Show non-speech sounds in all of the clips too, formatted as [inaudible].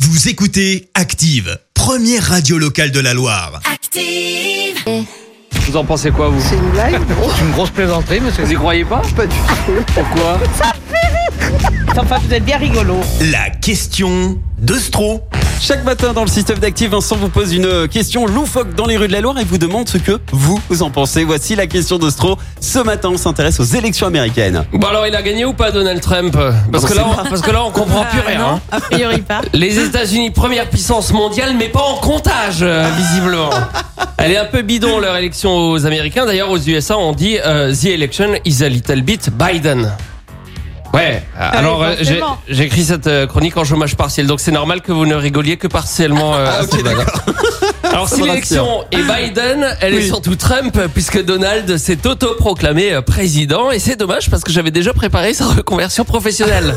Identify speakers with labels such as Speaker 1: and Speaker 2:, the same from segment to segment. Speaker 1: Vous écoutez Active, première radio locale de la Loire.
Speaker 2: Active.
Speaker 3: Vous en pensez quoi, vous
Speaker 4: C'est
Speaker 3: [laughs]
Speaker 4: une blague
Speaker 3: C'est une grosse plaisanterie, monsieur. Vous y croyez pas
Speaker 4: Pas du tout.
Speaker 3: Pourquoi
Speaker 4: Enfin, vous êtes bien rigolo.
Speaker 1: La question de Stro.
Speaker 5: Chaque matin dans le système d'Active, Vincent vous pose une question loufoque dans les rues de la Loire et vous demande ce que vous, vous en pensez. Voici la question de Stro. Ce matin, on s'intéresse aux élections américaines.
Speaker 3: Bon, alors, il a gagné ou pas, Donald Trump Euh, Parce que là, on, parce que là, on comprend plus rien. hein.
Speaker 6: Euh, A priori pas.
Speaker 3: Les États-Unis, première puissance mondiale, mais pas en comptage, euh, visiblement. Elle est un peu bidon, leur élection aux Américains. D'ailleurs, aux USA, on dit euh, The election is a little bit Biden. Ouais, alors euh, j'ai
Speaker 6: forcément.
Speaker 3: j'ai écrit cette euh, chronique en chômage partiel, donc c'est normal que vous ne rigoliez que partiellement. euh,
Speaker 4: Ah,
Speaker 3: à cette blague. Alors si
Speaker 5: me
Speaker 3: l'élection est Biden, elle est surtout Trump, puisque Donald s'est autoproclamé euh, président, et c'est dommage parce que j'avais déjà préparé sa reconversion professionnelle.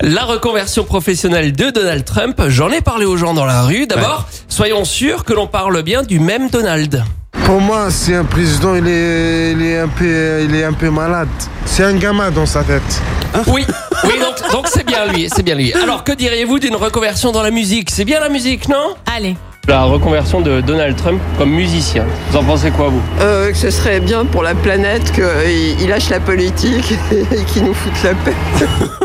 Speaker 3: La reconversion professionnelle de Donald Trump, j'en ai parlé aux gens dans la rue. D'abord, soyons sûrs que l'on parle bien du même Donald.
Speaker 7: Pour moi, c'est un président, il est, il est un peu, il est un peu malade. C'est un gamin dans sa tête.
Speaker 3: Oui, oui, donc donc c'est bien lui, c'est bien lui. Alors que diriez-vous d'une reconversion dans la musique C'est bien la musique, non
Speaker 6: Allez.
Speaker 3: La reconversion de Donald Trump comme musicien. Vous en pensez quoi, vous
Speaker 4: Euh, que ce serait bien pour la planète qu'il lâche la politique [laughs] et qu'il nous foute la paix.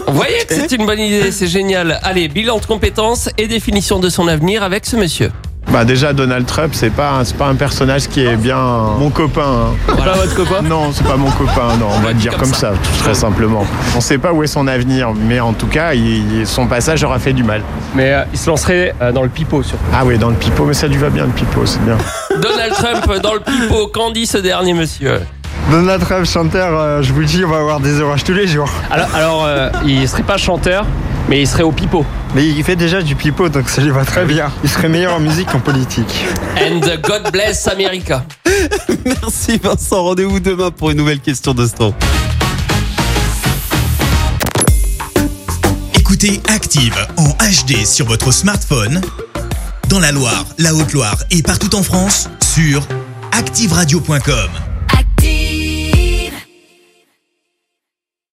Speaker 3: Vous voyez que c'est une bonne idée, c'est génial. Allez, bilan de compétences et définition de son avenir avec ce monsieur.
Speaker 8: Bah déjà Donald Trump c'est pas un- c'est pas un personnage qui est bien mon copain. hein.
Speaker 3: Voilà.
Speaker 8: Non c'est pas mon copain non on va le dire comme ça très simplement. On sait pas où est son avenir mais en tout cas il- son passage aura fait du mal.
Speaker 3: Mais euh, il se lancerait euh, dans le pipeau, surtout.
Speaker 8: Ah oui dans le pipeau mais ça lui va bien le pipeau c'est bien.
Speaker 3: Donald Trump dans le pipeau, qu'en dit ce dernier monsieur
Speaker 7: Donald Trump, chanteur, euh, je vous le dis, on va avoir des orages tous les jours.
Speaker 3: Alors, euh, il serait pas chanteur, mais il serait au pipeau.
Speaker 7: Mais il fait déjà du pipeau, donc ça lui va très bien. Il serait meilleur en musique qu'en politique.
Speaker 3: And God bless America.
Speaker 5: Merci Vincent. Rendez-vous demain pour une nouvelle question de Stro.
Speaker 1: Écoutez Active en HD sur votre smartphone, dans la Loire, la Haute-Loire et partout en France, sur activeradio.com.